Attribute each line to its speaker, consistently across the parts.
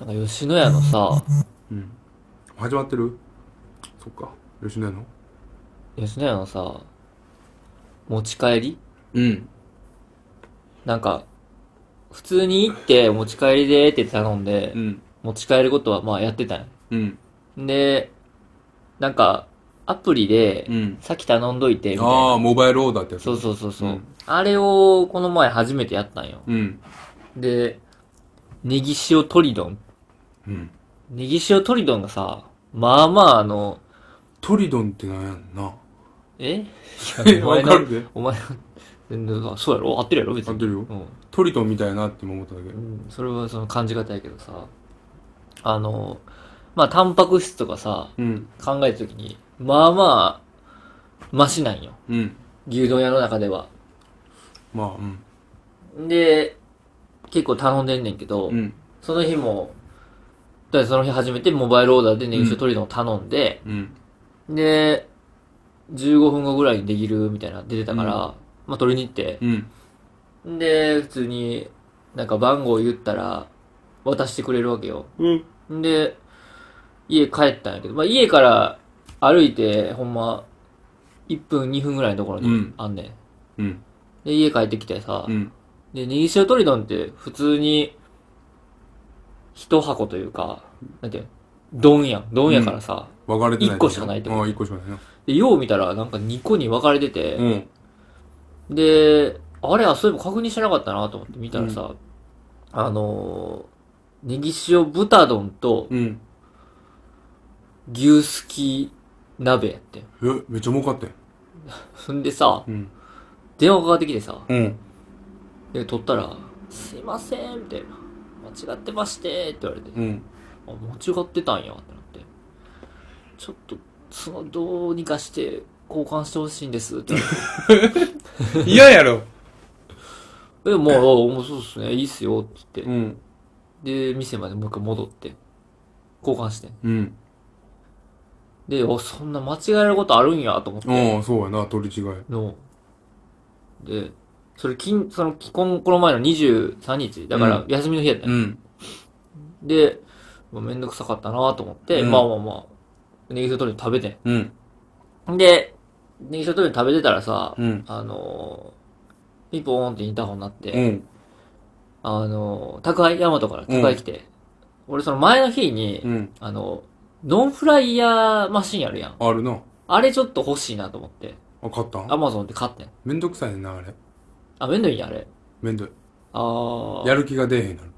Speaker 1: なんか吉野家のさ、
Speaker 2: うん。始まってるそっか。吉野家の
Speaker 1: 吉野家のさ、持ち帰り
Speaker 2: うん。
Speaker 1: なんか、普通に行って持ち帰りでーって頼んで
Speaker 2: う、ん。
Speaker 1: 持ち帰ることはまあやってたん
Speaker 2: うん。
Speaker 1: よで、なんか、アプリで
Speaker 2: う、ん。
Speaker 1: さっき頼んどいて、みたい
Speaker 2: ああ、
Speaker 1: な。
Speaker 2: モバイルオーダーってやつ。。
Speaker 1: そうそうそうそううんあれをこの前初めてやったんよ。
Speaker 2: うん。
Speaker 1: で、ネギ塩トリドン。
Speaker 2: うん。
Speaker 1: ネギ塩トリドンがさ、まあまああの、
Speaker 2: トリドンってなんやん な。
Speaker 1: え お
Speaker 2: わ
Speaker 1: 前
Speaker 2: か
Speaker 1: の
Speaker 2: る、で。
Speaker 1: お前の、 そうやろ合ってるやろ別に。
Speaker 2: 合ってるよ
Speaker 1: うん。
Speaker 2: トリトンみたいなって今思っただけ
Speaker 1: う。ん、それはその感じ方やけどさ、あの、まあ、タンパク質とかさ、
Speaker 2: うん。
Speaker 1: 考えたときに、まあまあ、マシなんよ。
Speaker 2: うん。
Speaker 1: 牛丼屋の中では。
Speaker 2: まあ、うん。
Speaker 1: で、結構頼んでんねんけど、
Speaker 2: うん。
Speaker 1: その日も、だからその日初めてモバイルオーダーでネギ塩トリドンを頼んで、
Speaker 2: うん。
Speaker 1: で、15分後ぐらいにできるみたいな出てたから、
Speaker 2: うん
Speaker 1: まあ取りに行って、
Speaker 2: うん。
Speaker 1: で、普通になんか番号言ったら渡してくれるわけよ。
Speaker 2: うん。
Speaker 1: で、家帰ったんやけど、まあ、家から歩いて、ほんま、1分、2分ぐらいのところ
Speaker 2: う
Speaker 1: に
Speaker 2: ん
Speaker 1: あんねん。
Speaker 2: うん。
Speaker 1: で、家帰ってきてさ、
Speaker 2: うん。
Speaker 1: で、ネギ塩トリドンって普通に、一箱というか、なんていうの丼やん。丼やからさ、
Speaker 2: 分かれてない。
Speaker 1: 一個しかないってこと
Speaker 2: ああ、一個しかないな。
Speaker 1: で、よう見たらなんか2個に分かれてて、
Speaker 2: うん。
Speaker 1: で、あれ、あ、そういえば確認してなかったなと思って見たらさ、あのー、ネギ塩豚丼と
Speaker 2: うん。
Speaker 1: 牛すき鍋やってん。
Speaker 2: え、めっちゃ儲かってん。
Speaker 1: そんでさ、
Speaker 2: うん。
Speaker 1: 電話かかってきてさ、
Speaker 2: うん。
Speaker 1: で、取ったら、すいません、みたいな。間違ってまして、って言われて、
Speaker 2: うん。
Speaker 1: あ、間違ってたんや、ってなって。ちょっと、その、どうにかして、交換してほしいんです、って言われて。
Speaker 2: 嫌やろ。
Speaker 1: え、もう、あもうそうっすね、いいっすよ、って言っ
Speaker 2: うん。
Speaker 1: て。で、店までもう一回戻って、交換してん。
Speaker 2: うん。
Speaker 1: で、お、そんな間違えることあるんや、と思って。
Speaker 2: ああ、そうやな、取り違い。
Speaker 1: の、で、それ、金、その、このこの前の23日、だから
Speaker 2: う、
Speaker 1: 休みの日やったんや
Speaker 2: うん。
Speaker 1: で、まあ、めんどくさかったなと思って、
Speaker 2: うん
Speaker 1: まあまあまあ、ネギソトリ食べて
Speaker 2: うん。
Speaker 1: ん。で、ネギソトリ食べてたらさ、
Speaker 2: うん。
Speaker 1: あのー、ピンポーンってインターホンになって、
Speaker 2: うん。
Speaker 1: あのー、宅配、ヤマトから宅配来て、俺その前の日に、
Speaker 2: うん。
Speaker 1: あの、ノンフライヤーマシンあるやん。
Speaker 2: あるな。
Speaker 1: あれちょっと欲しいなと思って、
Speaker 2: あ、買ったん
Speaker 1: アマゾンで買ってん。
Speaker 2: めんどくさいねんな、あれ。
Speaker 1: あ、めんどいんや、あれ。
Speaker 2: めんどい。
Speaker 1: あー。
Speaker 2: やる気が出えへんなる。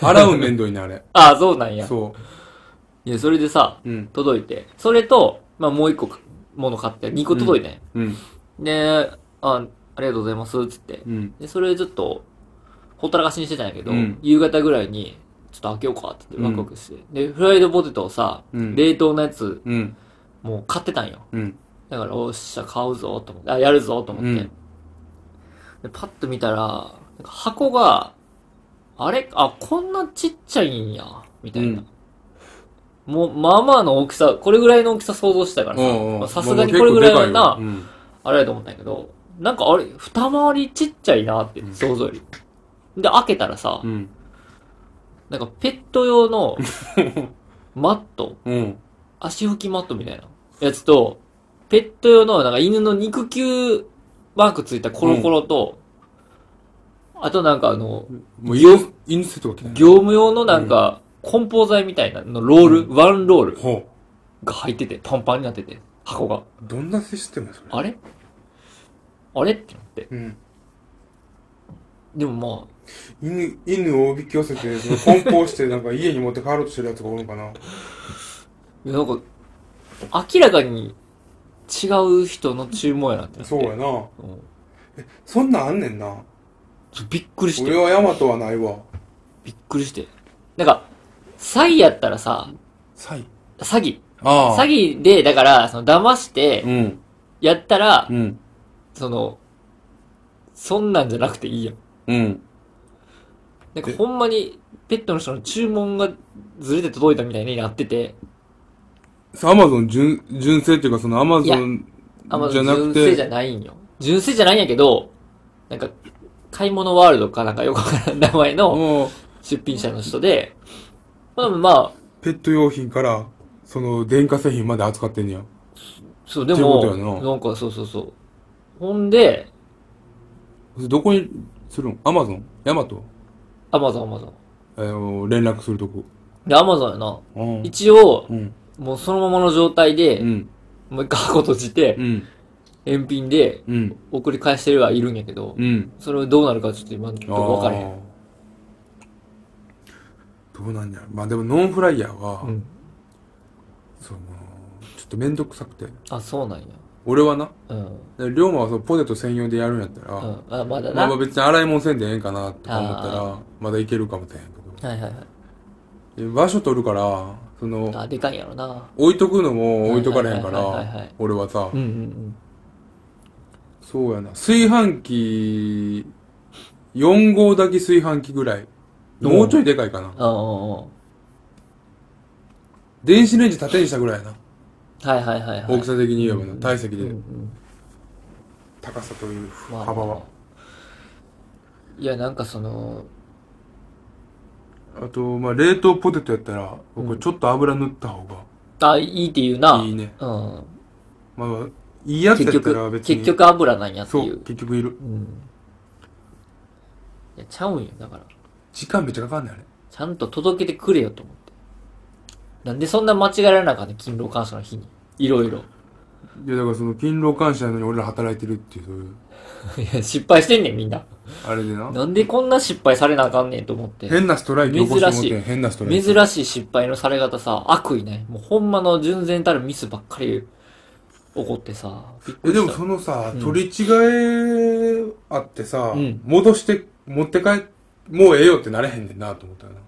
Speaker 2: 洗うのめんどい ね、あれ。
Speaker 1: あー、そうなんや。
Speaker 2: そ
Speaker 1: いや、それでさ、
Speaker 2: う。うん。
Speaker 1: 届いて、それと、まあもう一個か、もの買って、二個届いたんや。
Speaker 2: うん。
Speaker 1: で、あ、ありがとうございます、つって。
Speaker 2: うん。
Speaker 1: で、それちょっと、ほったらかしにしてたんやけど、
Speaker 2: うん
Speaker 1: 夕方ぐらいに、ちょっと開けようか、って言ってワクワクして。で、フライドポテトをさ、
Speaker 2: うん
Speaker 1: 冷凍のやつ、
Speaker 2: うん。
Speaker 1: もう買ってたんよ。
Speaker 2: うん。
Speaker 1: だから、おっしゃ、買うぞ、と思って、あ、やるぞ、と思って。
Speaker 2: うん
Speaker 1: で、パッと見たら、なんか箱が、あれあ、こんなちっちゃいんや、みたいな。もう、まあまあの大きさ、これぐらいの大きさ想像してたからさ
Speaker 2: おうおう
Speaker 1: まあ、さすがにこれぐらいはな、
Speaker 2: もう結構でかいよ
Speaker 1: あれやと思ったんやけど、なんかあれ、二回りちっちゃいなって
Speaker 2: う、ん
Speaker 1: 想像より。で、開けたらさ
Speaker 2: う、ん。
Speaker 1: なんかペット用 の、マット、
Speaker 2: うん。うん。
Speaker 1: 足拭きマットみたいなやつと、ペット用の、なんか犬の肉球マークついたコロコロと、あとなんかあの、
Speaker 2: もう犬、犬セットが来たよ
Speaker 1: 業務用のなんか、梱包材みたいなのロール、ワンロール
Speaker 2: ほ
Speaker 1: が入ってて、パンパンになってて、箱が。
Speaker 2: う。どんなシステムやそれ。
Speaker 1: あれあれってなって。
Speaker 2: うん。
Speaker 1: でもまあ、
Speaker 2: 犬、犬をおびき寄せて、その梱包して、なんか家に持って帰ろうとしてるやつがおるのかな。
Speaker 1: いやなんか、明らかに違う人の注文やなってなって。
Speaker 2: そうやな。
Speaker 1: うん
Speaker 2: そんなんあんねんな。
Speaker 1: ちょびっくりして
Speaker 2: 俺、はヤマトはないわ。
Speaker 1: びっくりして。なんか、詐欺やったらさ、
Speaker 2: サイ
Speaker 1: 詐欺。
Speaker 2: あ
Speaker 1: 詐欺で、だから、その、騙して、
Speaker 2: うん。
Speaker 1: やったら、
Speaker 2: うん。
Speaker 1: その、そんなんじゃなくていいやん。
Speaker 2: うん。
Speaker 1: なんか
Speaker 2: え
Speaker 1: ほんまに、ペットの人の注文がずれて届いたみたいになってて、
Speaker 2: アマゾン純、純正っていうか、そのアマ
Speaker 1: いや
Speaker 2: ゾン
Speaker 1: あんま
Speaker 2: じゃなく
Speaker 1: 純正じゃ
Speaker 2: て、
Speaker 1: ないんよ。純正じゃないんやけど、なんか、買い物ワールドかなんかよくわからん名前の、
Speaker 2: も
Speaker 1: 出品者の人で、まあ、まあ、
Speaker 2: ペット用品から、その、電化製品まで扱ってんねや。
Speaker 1: そう、で
Speaker 2: っ
Speaker 1: も、
Speaker 2: てことやな
Speaker 1: なんかそうそうそう。ほんで、
Speaker 2: それどこにするんアマゾンヤマト
Speaker 1: アマゾン、アマゾン。
Speaker 2: えー、連絡するとこ。
Speaker 1: で、アマゾンやな。
Speaker 2: うん。
Speaker 1: 一応
Speaker 2: う、ん。
Speaker 1: もうそのままの状態で、
Speaker 2: うん。
Speaker 1: もう一回箱閉じて
Speaker 2: う、ん。
Speaker 1: 返品で
Speaker 2: うん。
Speaker 1: 送り返してるはいるんやけど、
Speaker 2: うん。
Speaker 1: それどうなるかちょっと今のところ分からへ
Speaker 2: あ
Speaker 1: ん。
Speaker 2: ー。どうなんや。まあでも、ノンフライヤーは、
Speaker 1: うん。
Speaker 2: その、ちょっとめんどくさくて。
Speaker 1: あ、そうなんや。
Speaker 2: 俺はな、
Speaker 1: うん。
Speaker 2: で龍馬はそのポテト専用でやるんやったら、
Speaker 1: うん。あ、まだ
Speaker 2: ま
Speaker 1: な。
Speaker 2: あまあ
Speaker 1: はい
Speaker 2: 別に洗い物せんでええんかなとか思った
Speaker 1: あ
Speaker 2: ら、まだいけるかもしれへん
Speaker 1: はいはい。
Speaker 2: けど。で場所取るから、その、
Speaker 1: あ、でかいんやろな。
Speaker 2: 置いとくのも置いとかれへんか
Speaker 1: はいはいはいはいは
Speaker 2: ら
Speaker 1: い、
Speaker 2: 俺はさ
Speaker 1: うん、うん
Speaker 2: そうやな。炊飯器、4号だけ炊飯器ぐらい。もうちょいでかいかな
Speaker 1: うん。。ああ、あ
Speaker 2: 電子レンジ縦にしたぐらいやな。
Speaker 1: あはいはいはいはい。
Speaker 2: 大きさ的に言えば
Speaker 1: う
Speaker 2: な。
Speaker 1: ん
Speaker 2: 体積
Speaker 1: うんう
Speaker 2: で。
Speaker 1: ん。
Speaker 2: 高さという
Speaker 1: まあ
Speaker 2: 幅は。
Speaker 1: いや、なんかその、
Speaker 2: あと、まあ冷凍ポテトやったら、僕ちょっと油塗った方
Speaker 1: あ、いいっていう
Speaker 2: が
Speaker 1: な。
Speaker 2: いいね。
Speaker 1: うん。
Speaker 2: まあ、いいやつや
Speaker 1: 結
Speaker 2: ったら
Speaker 1: 局、
Speaker 2: 別に。
Speaker 1: 結局油なんやって
Speaker 2: そ、
Speaker 1: いうう。
Speaker 2: 結局いる。
Speaker 1: うん。いや、ちゃうんよ、だから。
Speaker 2: 時間めっちゃかかんねんあれ。
Speaker 1: ちゃんと届けてくれよと思って。なんでそんな間違えられなあかった勤労感謝の日に。いろいろ。
Speaker 2: いや、だからその勤労感謝なのに俺ら働いてるっていう、そう いう、
Speaker 1: いや、失敗してんねん、みんな。
Speaker 2: あれでな。
Speaker 1: なんでこんな失敗されなあかんねんと思って。
Speaker 2: 変なストライキ起こしてもうてん、変なストライキ。
Speaker 1: 珍しい失敗のされ方さ、悪意ない。もうほんまの純然たるミスばっかり起こってさ、びっく
Speaker 2: え、
Speaker 1: り
Speaker 2: で
Speaker 1: し
Speaker 2: も
Speaker 1: た。
Speaker 2: そのさ、
Speaker 1: うん
Speaker 2: 取り違えあってさ、
Speaker 1: うん
Speaker 2: 戻して、持って帰っ、もうええよってなれへんねんなと思ったよな。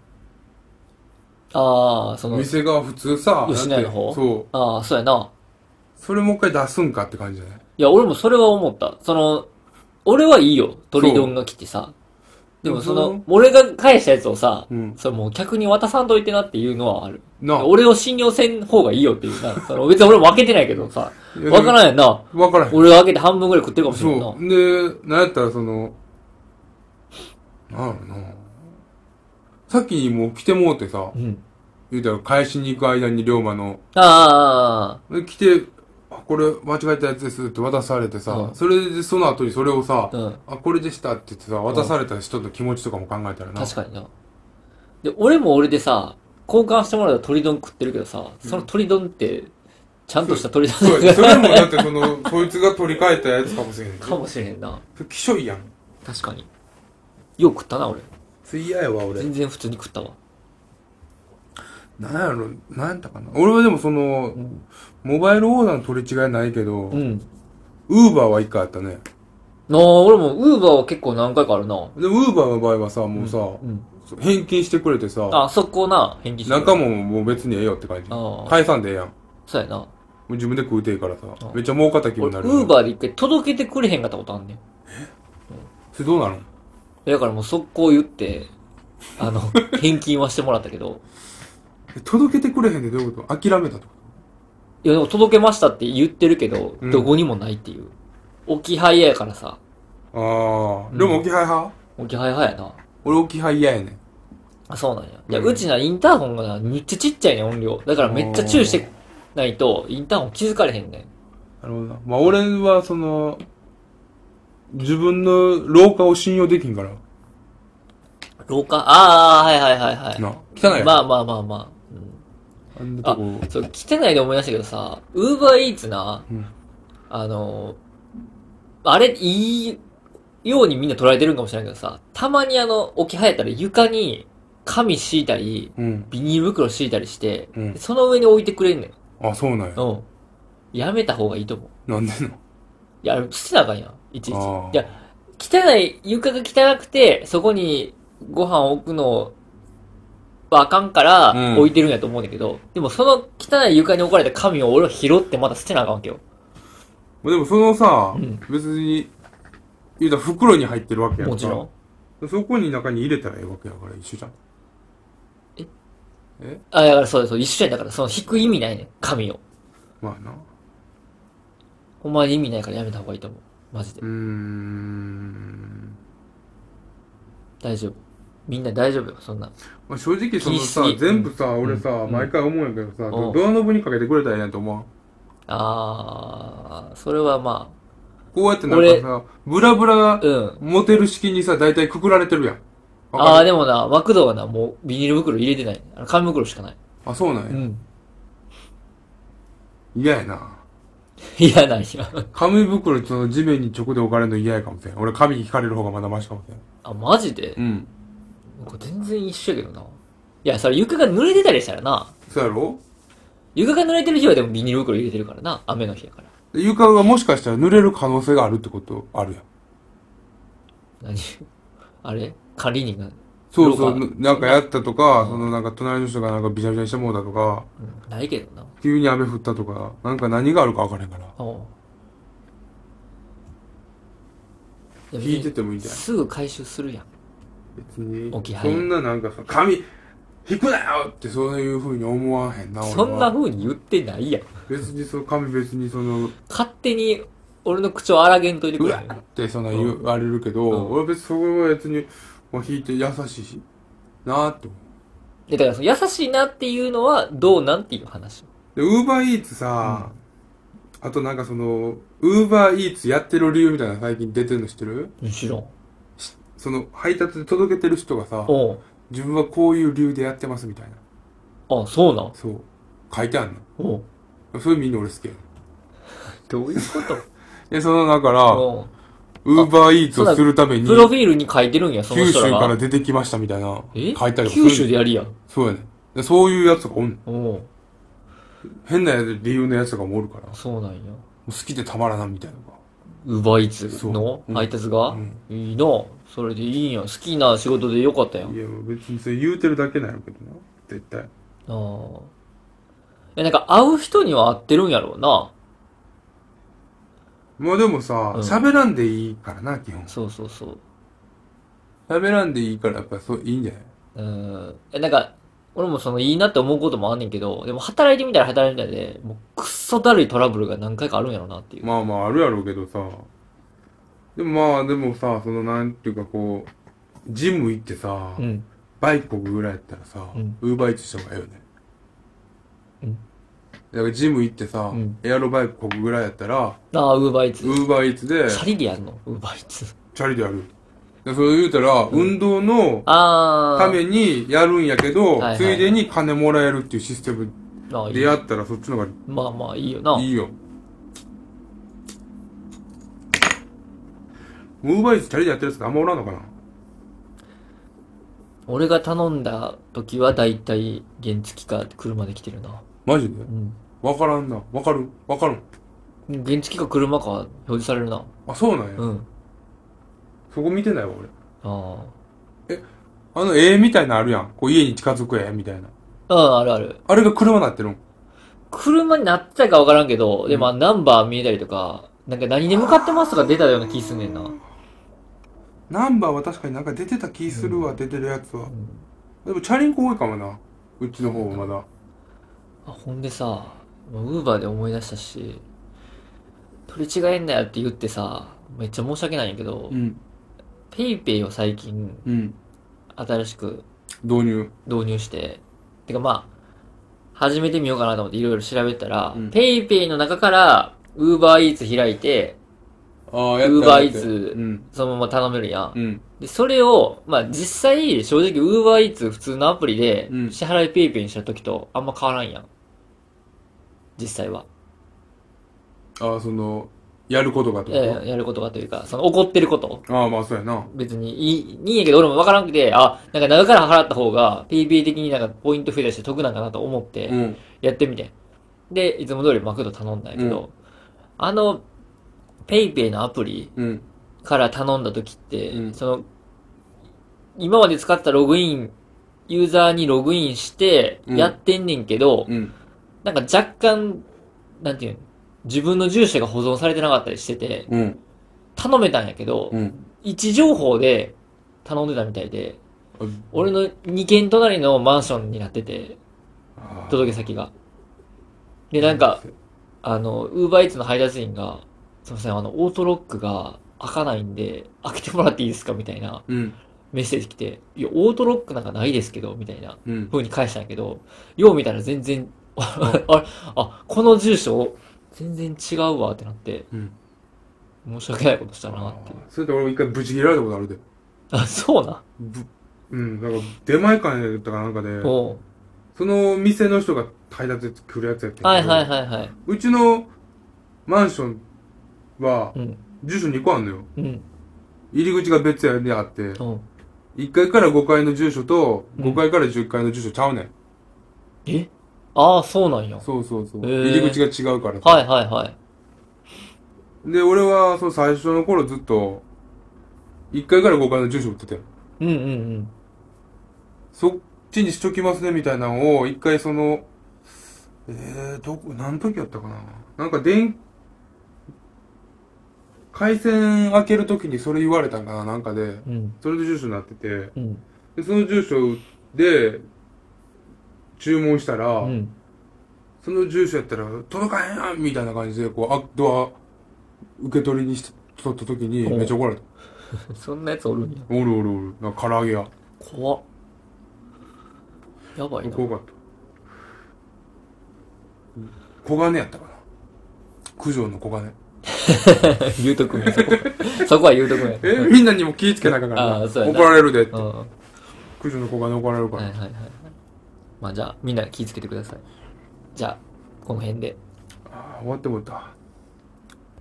Speaker 1: ああ、その、
Speaker 2: 店側普通さ、
Speaker 1: 吉
Speaker 2: だ
Speaker 1: 野
Speaker 2: っ
Speaker 1: 家
Speaker 2: て
Speaker 1: の方
Speaker 2: そう。
Speaker 1: ああ、そうやな。
Speaker 2: それもう一回出すんかって感じじゃない
Speaker 1: いや、俺もそれは思った。その、俺はいいよ。鳥丼が来てさ。でもそ
Speaker 2: でも
Speaker 1: の、俺が返したやつをさ、
Speaker 2: うん
Speaker 1: それもう客に渡さんといてなっていうのはある。
Speaker 2: なあ。
Speaker 1: 俺を信用せん方がいいよっていうな。その別に俺も分けてないけどさ、
Speaker 2: いや
Speaker 1: 分からんやんな。
Speaker 2: わからへん。
Speaker 1: 俺が分けて半分ぐらい食ってるかもしれんな
Speaker 2: そ。う。で、なんやったらその、なんやろな。さっきにもう来てもうてさ
Speaker 1: う、ん。
Speaker 2: 言うたら返しに行く間に龍馬の、
Speaker 1: あ
Speaker 2: で来て、あこれ間違えたやつですって渡されてさ、
Speaker 1: うん
Speaker 2: それでその後にそれをさ、
Speaker 1: あ、うん。
Speaker 2: あ、これでしたって言ってさ、渡された人の気持ちとかも考えたらな。
Speaker 1: 確かにな。で、俺も俺でさ、交換してもらった鳥丼食ってるけどさ、その鳥丼って、ちゃんとした鳥丼
Speaker 2: そうやそれもだってその、 そいつが取り替えたやつかもしれん。
Speaker 1: かもしれへんな。
Speaker 2: それ、きしょいやん。
Speaker 1: 確かに。よう食ったな、俺。
Speaker 2: それ嫌やわ、俺
Speaker 1: 全然普通に食ったわ。
Speaker 2: なんやろ、なんやったかな。俺はでもその、モバイルオーダーの取り違いないけど、
Speaker 1: うん。
Speaker 2: ウーバーは一回あったね。
Speaker 1: なあ、俺もウーバーは結構何回かあるな。
Speaker 2: で、ウーバーの場合はさ、もうさ、
Speaker 1: うん。
Speaker 2: 返金してくれてさ、
Speaker 1: あ、そこな、返金して。
Speaker 2: 中ももう別にええよって感じ
Speaker 1: あ。ー
Speaker 2: 返さんでええやん。も
Speaker 1: そうやな。
Speaker 2: う自分で食うてえからさ
Speaker 1: あ、
Speaker 2: めっちゃ儲かった気分に
Speaker 1: 俺、
Speaker 2: な
Speaker 1: ウ
Speaker 2: る。
Speaker 1: ーバーで一回届けてくれへんかったことあんねん。
Speaker 2: それどうなの
Speaker 1: だからもう速攻言って、あ の、返金はしてもらったけど、
Speaker 2: え届けてくれへんでどういうこと諦めたとか。
Speaker 1: いや、でも届けましたって言ってるけど、
Speaker 2: うん
Speaker 1: どこにもないっていう。置き配屋やからさ。
Speaker 2: ああ、でも置き配派
Speaker 1: 置き配派やな。
Speaker 2: 俺置き配嫌やねん。
Speaker 1: あ、そうなんや。いや、
Speaker 2: うん
Speaker 1: うちな、インターホンがな、めっちゃちっちゃいねん、音量。だからめっちゃ注意してないと、インターホン気づかれへんねん。
Speaker 2: なるほどな。まあ俺はその、自分の廊下を信用できんから。
Speaker 1: 廊下ああ、はいはいはいはい。
Speaker 2: な。汚いやん。
Speaker 1: まあまあまあま
Speaker 2: あんな
Speaker 1: あ。
Speaker 2: と
Speaker 1: あ
Speaker 2: こ、
Speaker 1: そう、汚いで思い出したけどさ、ウーバーイーツな、
Speaker 2: うん
Speaker 1: あの、あれ、いいようにみんな捉えてるんかもしれないけどさ、たまにあの、置き配やったら床に紙敷いたり、
Speaker 2: うん。
Speaker 1: ビニール袋敷いたりして、
Speaker 2: うん
Speaker 1: その上に置いてくれんねん。
Speaker 2: あ、そうなんや。
Speaker 1: うん。やめた方がいいと思う。
Speaker 2: なんでない
Speaker 1: や、捨てなあかんやん。いちいち。い
Speaker 2: あー
Speaker 1: や、汚い、床が汚くて、そこにご飯を置くのはあかんから
Speaker 2: うん
Speaker 1: 置いてるんやと思うんだけど、でもその汚い床に置かれた紙を俺は拾ってまた捨てなあかんわけよ。
Speaker 2: のでもそのさ、
Speaker 1: うん
Speaker 2: 別に、言うたら袋に入ってるわけやんか
Speaker 1: もちろん。
Speaker 2: そこに中に入れたらええわけやから一緒じゃん。
Speaker 1: あ、だからそうそう、一緒やんだから、その引く意味ないねん、紙を。
Speaker 2: まあな。
Speaker 1: ほんまに意味ないからやめた方がいいと思う。マジで
Speaker 2: うー。ん。
Speaker 1: 大丈夫。みんな大丈夫よ、そんな。
Speaker 2: まあ、正直その
Speaker 1: 気に
Speaker 2: さ
Speaker 1: しすぎ
Speaker 2: 全部さ俺さ、
Speaker 1: うん
Speaker 2: 毎回思うんやけどさ、
Speaker 1: うん
Speaker 2: ドアノブにかけてくれたらええやんと思
Speaker 1: あー、それはま
Speaker 2: うこうやってなんかさブラブラ
Speaker 1: あ、うん。
Speaker 2: モテる式にさ大体くくられてるやんわか
Speaker 1: あー、
Speaker 2: る
Speaker 1: でもな、マクドはな、もうビニール袋入れてない。あの紙袋しかない。
Speaker 2: あそうなん
Speaker 1: う
Speaker 2: や
Speaker 1: ん。
Speaker 2: 嫌やな
Speaker 1: 嫌なんや。
Speaker 2: 紙袋その地面に直で置かれるの嫌やかもしれん俺紙に引かれる方がまだマシかもし
Speaker 1: あ、マジで
Speaker 2: れんうん
Speaker 1: これ全然一緒やけどな。いや、それ床が濡れてたりしたらな。
Speaker 2: そうやろ
Speaker 1: 床が濡れてる日はでもビニール袋入れてるからな。雨の日やから。
Speaker 2: で床がもしかしたら濡れる可能性があるってことあるやん
Speaker 1: 何 あれ管理人が。
Speaker 2: そうそ
Speaker 1: どう
Speaker 2: うなんかやったとか、そのなんか隣の人がなんかびしゃびしゃにしたもんだとか
Speaker 1: うん、ないけどな。
Speaker 2: 急に雨降ったとかなんか何があるか分からへんから
Speaker 1: おう
Speaker 2: 聞いててもいいんじゃない
Speaker 1: すぐ回収するやん。
Speaker 2: 別に
Speaker 1: 置き
Speaker 2: そ
Speaker 1: 配
Speaker 2: んななんかさ髪引くなよってそういうふうに思わへんな俺は
Speaker 1: そんな風に言ってないやん。
Speaker 2: 別にその髪別にその
Speaker 1: 勝手に俺の口を荒げんといてく
Speaker 2: う
Speaker 1: れ
Speaker 2: わっってそんな言われるけど、
Speaker 1: うん
Speaker 2: 俺別にそこは別にもう引いて優しいしなーって思う
Speaker 1: で、だからその優しいなっていうのはどうなんっていう話。
Speaker 2: でウーバーイーツさ、あとなんかそのウーバーイーツやってる理由みたいなの最近出てるの知ってる
Speaker 1: 知らん。
Speaker 2: その配達で届けてる人がさ
Speaker 1: おう
Speaker 2: 自分はこういう理由でやってますみたいな
Speaker 1: あ、そうなん。
Speaker 2: そう書いてあん
Speaker 1: おう
Speaker 2: のそういうみんな俺好きやねん
Speaker 1: どういうこと
Speaker 2: でそのだから
Speaker 1: おう
Speaker 2: ウーバーイーツをするために
Speaker 1: プロフィールに書いてるんや、その
Speaker 2: 九
Speaker 1: 人
Speaker 2: 州
Speaker 1: ら
Speaker 2: から
Speaker 1: が。
Speaker 2: 出てきましたみたいな書
Speaker 1: え
Speaker 2: いたりとかする
Speaker 1: 九州でやりやん。
Speaker 2: そうやねでそういうやつがおんの
Speaker 1: おう
Speaker 2: 変な理由のやつとかもおるからも
Speaker 1: そうなんや。
Speaker 2: う好きでたまらなみたいなのが
Speaker 1: ウーバーイーツの
Speaker 2: そううん
Speaker 1: 配達が、
Speaker 2: うん
Speaker 1: いいな。それでいいんや。好きな仕事でよかったやん。
Speaker 2: いや別にそれ言うてるだけなんやけどな絶対
Speaker 1: ああ。え、なんか会う人には合ってるんやろうな。
Speaker 2: まあでもさ
Speaker 1: うん
Speaker 2: 喋、らんでいいからな基本
Speaker 1: そうそうそう。
Speaker 2: 喋らんでいいからやっぱそういいんじゃない
Speaker 1: うん。え、なんか、俺もそのいいなって思うこともあんねんけど、でも働いてみたら働いてみたらで、もうくっそだるいトラブルが何回かあるんやろうなっていう。
Speaker 2: まあまああるやろうけどさでもまあでもさそのなんていうかこうジム行ってさ、
Speaker 1: うん。
Speaker 2: バイクこぐぐらいやったらさ、
Speaker 1: うん
Speaker 2: ウーバーイーツした方がええよね
Speaker 1: うん
Speaker 2: だからジム行ってさ、
Speaker 1: ん
Speaker 2: エアロバイクこぐぐらいやったら
Speaker 1: ああ、ウーバーイーツ
Speaker 2: ウ。ーバーイーツで
Speaker 1: チャリでやるのウーバーイーツ。
Speaker 2: チャリでやる。でそれ言うたら、運動の
Speaker 1: ああ。
Speaker 2: ためにやるんやけ
Speaker 1: は
Speaker 2: ど、
Speaker 1: いはい
Speaker 2: ついでに金もらえるっていうシステム
Speaker 1: ああいい
Speaker 2: でやったらそっちの方
Speaker 1: まあまあいいよ
Speaker 2: が
Speaker 1: な。
Speaker 2: いいよ。ウーバーイーツチャリでやってるやつってあんまおらんのかな
Speaker 1: 俺が頼んだ時は大体原付か車で来てるな。
Speaker 2: マジで
Speaker 1: うん。
Speaker 2: わからんな。わかるわかる
Speaker 1: 原付か車か表示されるな。
Speaker 2: あ、そうなんや。
Speaker 1: うん。
Speaker 2: そこ見てないわ、俺。
Speaker 1: あ
Speaker 2: あの、絵みたいなのあるやん。こう家に近づく絵みたいな。
Speaker 1: あ。ああ、あるある。
Speaker 2: あれが車なってるん。
Speaker 1: 車になってたかわからんけど、でもナンバー見えたりとか、なんか何で向かってますとか出たような気すんねんな。
Speaker 2: ナンバーは確かになんか出てた気するわ、出てるやつは。
Speaker 1: ん
Speaker 2: でもチャリンコ多いかもな。うちの方はまだ。
Speaker 1: あほんでさ、ウーバーで思い出したし、取り違えんなよって言ってさ、めっちゃ申し訳ないんやけど、
Speaker 2: ん。
Speaker 1: ペイペイを最近
Speaker 2: うん。
Speaker 1: 新しく
Speaker 2: 導入。
Speaker 1: 導入して、てかまあ、始めてみようかなと思っていろいろ調べたら、
Speaker 2: うん
Speaker 1: ペイペイの中から、ウーバーイーツ開いて、
Speaker 2: あ
Speaker 1: Uber
Speaker 2: あ、やってやって
Speaker 1: Eats
Speaker 2: うん。
Speaker 1: そのまま頼めるやん。
Speaker 2: うん。
Speaker 1: で、それを、まあ実際、正直 Uber Eats 普通のアプリで
Speaker 2: う、ん
Speaker 1: 支払いペイペイにした時とあんま変わらんやん。実際は。
Speaker 2: ああ、その、やることがってこ
Speaker 1: えーやることがというか、その怒ってること。
Speaker 2: とああ、まあそうやな。
Speaker 1: 別にいい、いいんやけど俺もわからんくて、あ、なんか中から払った方が、ペイペイ的になんかポイント増えたりして得なんかなと思って
Speaker 2: う、ん。
Speaker 1: やってみて。で、いつも通りマクド頼んだんやけど、あの、ペイペイのアプリ
Speaker 2: うん。
Speaker 1: から頼んだ時って、
Speaker 2: うん
Speaker 1: その、今まで使ったログイン、ユーザーにログインして
Speaker 2: うん
Speaker 1: やってんねんけど、
Speaker 2: うん。
Speaker 1: なんか若干、なんていうの、自分の住所が保存されてなかったりしてて、
Speaker 2: うん。
Speaker 1: 頼めたんやけど、
Speaker 2: うん。
Speaker 1: 位置情報で頼んでたみたいで、
Speaker 2: あ
Speaker 1: 俺の2軒隣のマンションになってて、
Speaker 2: ああ
Speaker 1: 届け先が。で、なんか、、あの、ウーバーイーツの配達員が、すいません、あの、オートロックが開かないんで、開けてもらっていいですかみたいな
Speaker 2: うん。
Speaker 1: メッセージ来て、いや、オートロックなんかないですけど、みたいな
Speaker 2: うん。
Speaker 1: 風に返したんやけど、よう見たら全然、 ああれ、あ、この住所、全然違うわってなって、
Speaker 2: うん。
Speaker 1: 申し訳ないことしたなっていう。
Speaker 2: それで俺も一回ブチ切られたことあるで。
Speaker 1: あ、そうな。
Speaker 2: ぶうん、なんか出前館やったかなんかで、
Speaker 1: おう
Speaker 2: その店の人が配達で来るやつやってんけど
Speaker 1: はいはいはいはい。
Speaker 2: うちのマンションは
Speaker 1: う、ん。
Speaker 2: 住所2個あんのよ。
Speaker 1: うん。
Speaker 2: 入り口が別やであって、
Speaker 1: おう
Speaker 2: 1階から5階の住所と、
Speaker 1: うん
Speaker 2: 5階から10階の住所ちゃうねん。
Speaker 1: えああ、そうなんや。
Speaker 2: そうそうそう。
Speaker 1: へー
Speaker 2: 入り口が違うからさ。
Speaker 1: はいはいはい。
Speaker 2: で、俺はその最初の頃ずっと、1階から5階の住所打ってて、
Speaker 1: うんうんうん。
Speaker 2: そっちにしときますねみたいなのを、一回その、えー、どこ、何時やったかななんか電、回線開けるときにそれ言われたんかななんかで、
Speaker 1: うん。
Speaker 2: それで住所になってて、
Speaker 1: うん。
Speaker 2: でその住所で、注文したら、
Speaker 1: うん。
Speaker 2: その住所やったら、届かへんやんみたいな感じで、こう、あドア、受け取りにして、取ったときに、
Speaker 1: おう
Speaker 2: めっちゃ怒られた。
Speaker 1: そんなやつおるんや。
Speaker 2: おるおるおる。なんか唐揚げ屋。
Speaker 1: 怖っ。やばいな。
Speaker 2: 怖かった。小金やったかな。九条の小金。
Speaker 1: 言うとくんや、そこ。そこは言うとくんや。
Speaker 2: え、みんなにも気ぃつけなあかんから
Speaker 1: あ
Speaker 2: な。
Speaker 1: ーそうやな
Speaker 2: 怒られるでって
Speaker 1: う。ん。は
Speaker 2: 九条の小金怒られる
Speaker 1: い
Speaker 2: か
Speaker 1: はい
Speaker 2: ら。
Speaker 1: はいはい。まあじゃあ、みんな気ぃつけてください。じゃあ、この辺で。
Speaker 2: あー終わってもった。